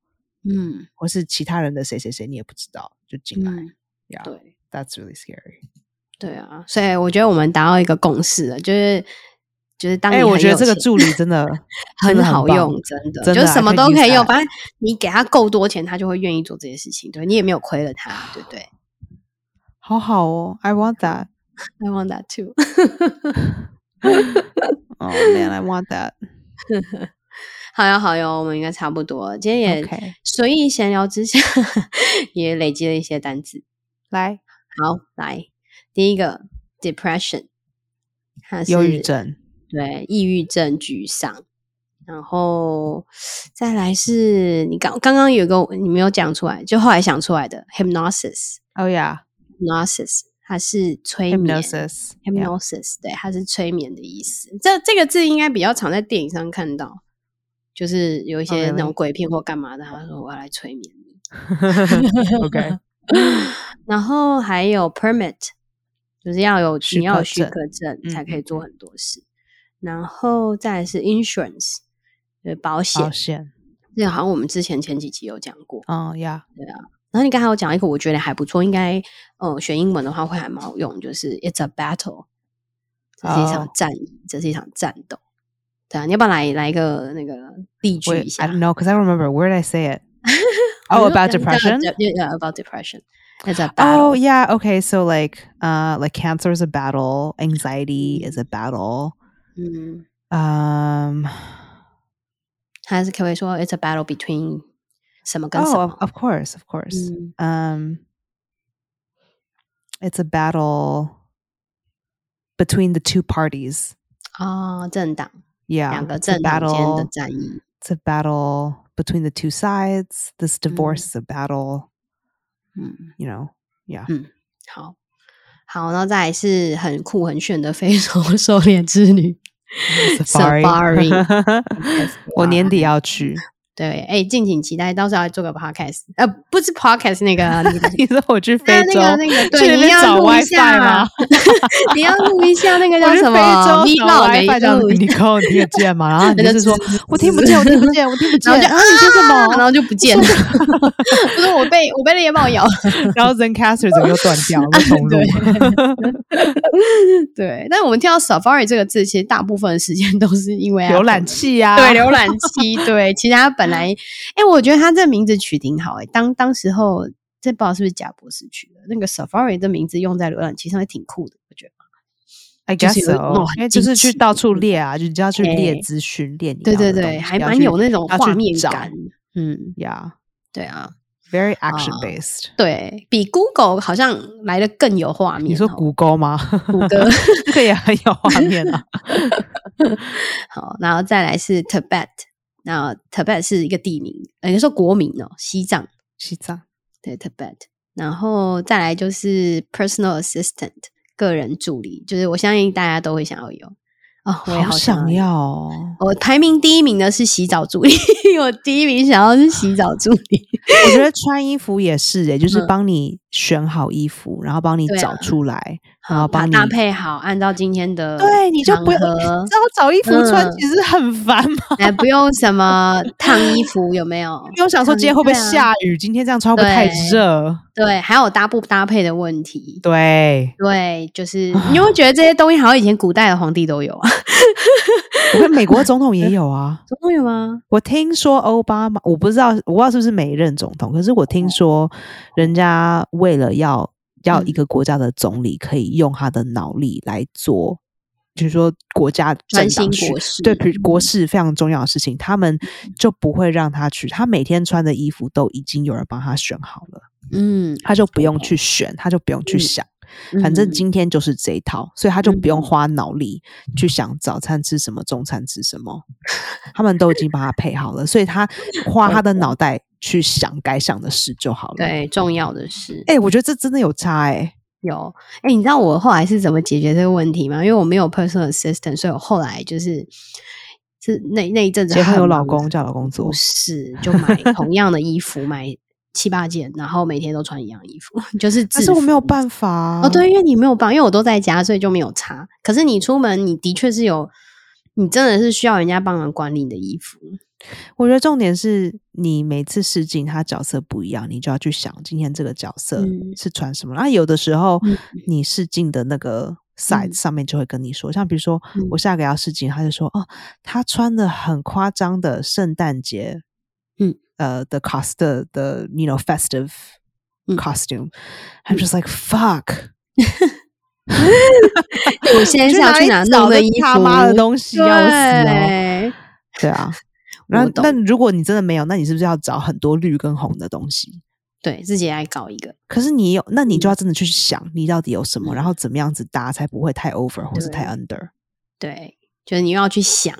嗯，或是其他人的谁谁谁，你也不知道就进来。啊嗯 Yeah，对 that's really scary。对啊，所以我觉得我们达到一个共识了，就是就是当你哎、很我觉得有这个钱助理真 的真很的好棒用，真的，真就的是什么 I 都 could 可以 use 用， that 反正你给他够多钱，他就会愿意做这些事情，对你也没有亏了他，对不对好好哦，I want that。 ？I want that too 。 Oh man, I want that. 好呀，好呀，我们应该差不多了。今天也 OK，所以闲聊之下 也累积了一些单词。来，好，来第一个 depression，它是忧郁，症，对，抑郁症、沮丧。然后再来是你刚刚刚有一个你没有讲出来，就后来想出来的 hypnosis。哦呀 hypnosis，它是催眠。 ，hypnosis，yeah hypnosis，对，它是催眠的意思。这这个字应该比较常在电影上看到，就是有一 Oh, 些那种 really? 鬼片或干嘛的，他说我要来催眠你。 OK，然后还有 permit，就是要有许你要有可许证可证嗯才可以嗯做很多事。然后再来是 insurance，就是保险保，险，这个好像我们之前前几集有讲过。嗯呀，然后你刚才有讲一个，我觉得还不错，应该呃学英文的话会还蛮好用，就是 It's a battle，这是一场哦战役这是一场战斗。对啊，你要不要来来一个那个例句 wait, 一下 I don't know because I remember where did I say it? 我 oh, 说 about 讲讲 depression. Yeah, about depression. It's a battle. Oh yeah, okay. So like, uh, like cancer is a battle, anxiety is a battle. 嗯， Um, 还是可以说 It's a battle between 什么跟什 oh, of, 么。 of course, of course. 嗯 Um, it's a battle between the two parties. 哦，政党 Yeah, 两个 it's a 政党间的 battle. 战役。 It's a battle between the two sides. This divorce is a battle. 嗯， You know, yeah. 好，好，然后再来是很酷很炫的非洲 狩猎之旅。 Safari. Safari. 我年底要 去。对，哎、敬请期待，到时候要做个 podcast，呃，不是 podcast 那个，那个你说我去非那洲？个那个，去对，那你边要找录一 WiFi 下吗， 你要录一下那个叫我去什么非洲找 WiFi 这样 vlog，子， 你扣你听得见吗？然后你人家就是说吱吱吱吱我听不见，我听不见，我 听不见。 然后就啊，你说什然么？后就不见 了，不是我被我被猎豹咬了， 然后 Zencaster 整个又断掉，又重录。啊对，但我们听到 safari 这个字，其实大部分的时间都是因为浏览 Apple 器啊呀，对，浏览器，对，其实他本来，哎、我觉得他这名字取挺好、诶当当时候这不知道是不是贾博士取的，那个 Safari 这名字用在浏览器上也挺酷的，我觉得。 I 就是 guess 有一哦 so，种很因为就是精去致到处列啊，就你就要去哎列资讯，列你对要对的对，东西还要蛮去有那种要画去面找感。嗯， Yeah, 对啊， very 啊 action based。对比 Google 好像来的更有画面哦。你说谷歌吗？ 谷歌这个也很有画面 啊。好，然后再来是 Tibet，那 Tibet 是一个地名，呃，应该说国民哦，西藏。西藏对 Tibet，然后再来就是 personal assistant 个人助理，就是我相信大家都会想要有哦，我也好想要有。要哦，我排名第一名的是洗澡助理， 我第一名想要是洗澡助 理。我觉得穿衣服也是、欸，就是嗯帮你选好衣服，然后帮你对啊找出来，然好后把帮你搭配好，按照今天的对，你就不用场合你知道找衣服穿嗯其实很烦嘛。哎，不用什么烫衣服，有没有？因为我想说今 天会不会下雨？今天这样穿会不会太啊对热？对，还有搭不搭配的问题。对，对，就是啊你会觉得这些东西好像以前古代的皇帝都有 啊，我看美国总统也有啊。总共有 吗？我听说奥巴马，我不知道，我不知道是不是每一任总统，可是我嗯听说人家为了要要一嗯个国家的总理可以用他的脑力来做，就是说国家专政心党选国事，嗯对，比如国事非常重要的事情，他们就不会让他去。他每天穿的衣服都已经有人帮他选好了，嗯，他就不用去选，他就不用去嗯想，反正今天就是这一套，所以他就不用嗯花脑力去想早餐吃什么，中餐吃什么，他们都已经帮他配好了，所以他花他的脑袋去想该想的事就好了。，对重要的是哎、我觉得这真的有差哎、有哎、你知道我后来是怎么解决这个问题吗？因为我没有 personal assistant，所以我后来就是是那那一阵子结婚很有忙老公的叫老公做不，是就买同样的衣服，买七八件，然后每天都穿一样衣服， 就是制但是我没有服办法啊哦，对，，因为你没有帮，因为我都在家，所以就没有擦。可是你出门，你的确是有，你真的是需要人家帮忙管理你的 衣服。我觉得重点是你每次试镜，他角色不一样，你就要去想今天这个角色嗯是穿什么。那、有的时候嗯你试镜的那个 size 上面就会跟你说，像比如说嗯我下个要试镜，他就说哦，他穿的很夸张的圣诞节，嗯，呃的 cost 的的 you know festive 嗯 costume，、I'm just like fuck。我现在是要哪去里哪找弄这的衣服？他妈的东西，要死哦！对对啊，我那懂那如果你真的没有，那你是不是要找很多绿跟红的东西？对，自己来搞一个。可是你有，那你就嗯要真的去想，你到底有什么，嗯然后怎么样子搭才不会太 over 或是太 under。对，就是你又要去想，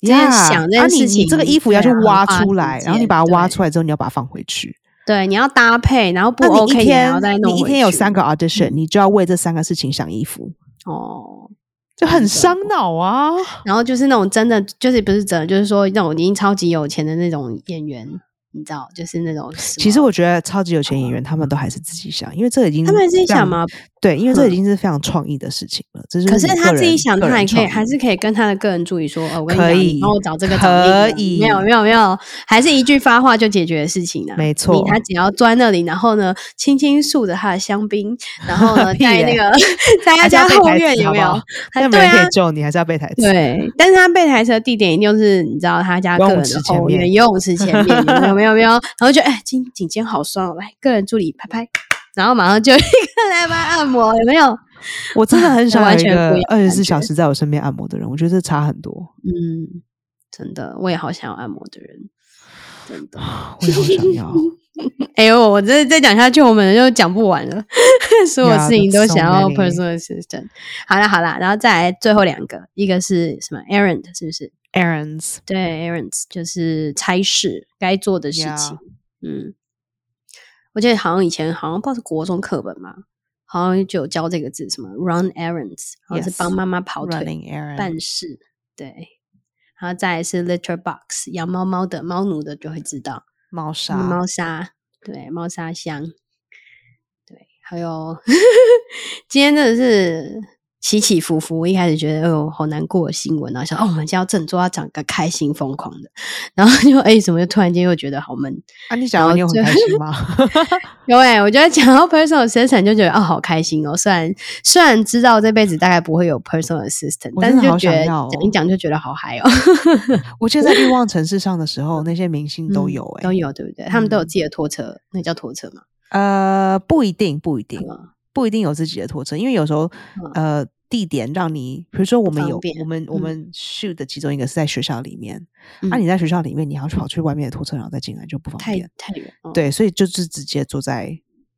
你这件想这啊件你事你这个情衣服要去对啊挖很花出时来，然后你间把它挖对出来之后，你要把它放回去。对，你要搭配，然后不那你 OK，一你还要天再弄你一回天有去三个 audition，嗯你就要为这三个事情想衣服，哦。就很真的伤脑啊。然后就是那种真的，就是不是真的，就是说那种已经超级有钱的那种演员，你知道，就是那种什么。其实我觉得超级有钱演员他们都还是自己想，因为这已经嗯他们自己非常想嘛，对，因为这已嗯经是非常创意的事情了。这就可是是你他个自己人想，个他还人可以，创还意是可以跟他的个人助理说：“哦，我跟你可讲，以你帮我找这个，找那可个。”以没有，没有，没有，还是一句发话就解决的事情啊。没你错他只要坐在那里，然后呢，轻轻诉着他的香槟，然后呢，屁在那嘞个 在他还是要家背后台院词有好没不好有？还但没对人可啊以，救你，还是要背台词。对，但是他备台车的地点一定是你知道他家游个泳人池的前后面院游泳池前面， 有没有？没有没有，然后就哎，颈颈肩好酸哦，来个人助理拍拍，然后马上就有一个来帮他按摩，有没有？我真的很想 完有一全不个一样二的十感四觉小时在我身边按摩的人，我觉得这差很多。嗯，真的，我也好想要按摩的人，真 的。我也好想 要，哎呦，我这再讲下去，我们就讲不完了， 所有 Yeah, 事情 that's 都 so 想要 many. personal assistant。好啦好啦，然后再来最后两个，一个是什么 errand 是不是？ errands 对 errands 就是差事该做的事情。 Yeah. 嗯，我记得好像以前好像不知道是国中课本嘛，好像就有教这个字，什么 run errands，好像是 Yes. 帮妈妈 跑腿。 running errands 办事，对，然后再来是 litter box，养猫猫的猫奴的就会知道，猫什砂么嗯猫砂，对，猫砂箱，对，还有 今天真的是起起伏伏，一开始觉得哎呦好难过的新闻，然后想哦我们今天要振作，要讲个开心疯狂的，然后就哎怎么突然间又觉得好闷，啊，你讲然完后你有很就开心吗？ 有哎、我觉得讲到 personal assistant 就觉得哦，好开心哦。虽然虽然知道这辈子大概不会有 personal assistant，我但真是的就好觉想得要哦讲一讲就觉得好嗨哦。我记得在欲望城市上的时候，那些明星都嗯有哎、都有对不对？他们都有嗯自己的拖车，那叫拖车嘛。呃，不一定，不一定，嗯不一定有自己的拖车，因为有时候、呃地点让你，比如说我们方有便我们我嗯们 shoot 的其中一个是在学校里面，嗯啊，你在学校里面，你还要跑去外面的拖车，然后再进来就不方太便。太远，哦，对，所以就是直接坐在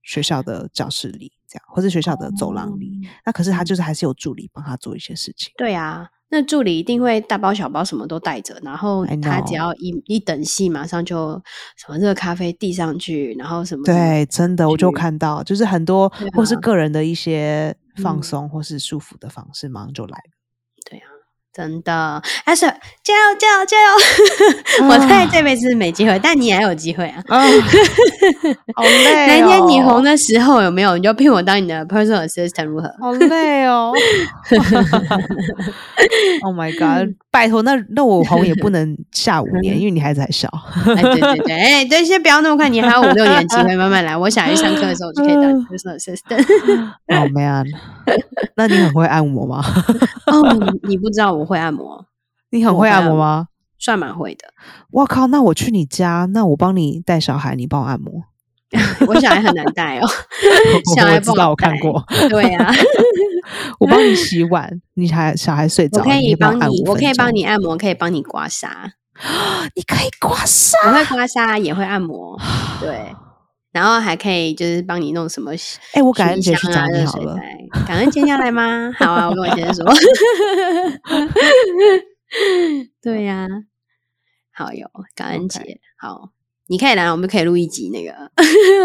学校的教室里这样，或者学校的走廊里。哦那可是他嗯就是还是有助理帮他做一些事情。对啊，那助理一定会大包小包什么都带着，然后 I 他只 know 要一一等戏，马上就什么热咖啡递上去，然后什么什么对，真的，我就去看到，就是很多、对或是啊个人的一些放嗯松、或是舒服的方式，马上就来了。真的，阿 Sir 加油加油加油！ 我啊在这辈子没机会，但你还有机会啊！啊，好累、哪哦！一天你红，的时候有没有你就聘我当你的 personal assistant 如何？好累哦。oh my god！拜托，那那我红也不能 下五年，因为你孩子还小。哎，对对对，哎，对，先不要那么快，你还有五六年机会，慢慢来。我想去上课的时候，我就可以当嗯 personal assistant。 Oh man！那你很会按摩吗？ 哦，你不知道我会按摩，你很我会会按按摩摩吗？算蛮会的。我靠，那我去你家，那我帮你带小孩，你帮我按摩。我小孩很难带哦我， 小我孩知不道，好我看带。过。对啊，我帮你洗碗，你还小孩睡着我了，可以帮帮按你， 5我可以分帮钟，你按摩，可以帮你刮 痧。你可以刮痧。我会刮痧，也会按摩， 对，然后还可以就是帮你弄什么熏哎、我感恩节去香找啊、你热好水了。袋。感恩节要来吗？好啊，我跟我先生说。 对呀、好有感恩节 OK 好，你可以来，我们可以录一集那个，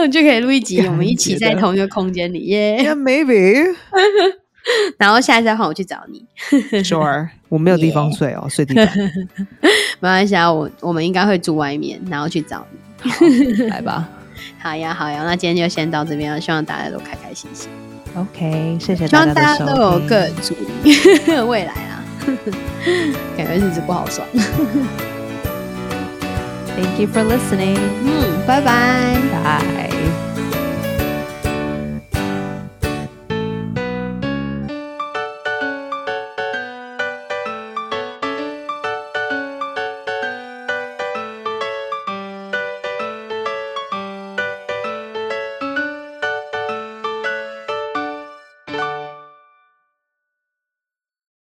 我就可以录一集，感我们一恩起节在的同一个空间里耶。 Yeah, maybe. 然后下一次再换我去找你， Sure，我没有地方睡哦，睡地 板。没关系啊，我我们应该会住外面，然后去找你。来吧好呀，好呀，那今天就先到这边了，希望大家都开开心心， ，OK，谢谢希大望家大的收家都有听。个人主义 未来啊，感觉日子不好爽。 Thank you for listening. 嗯，拜拜。 Bye.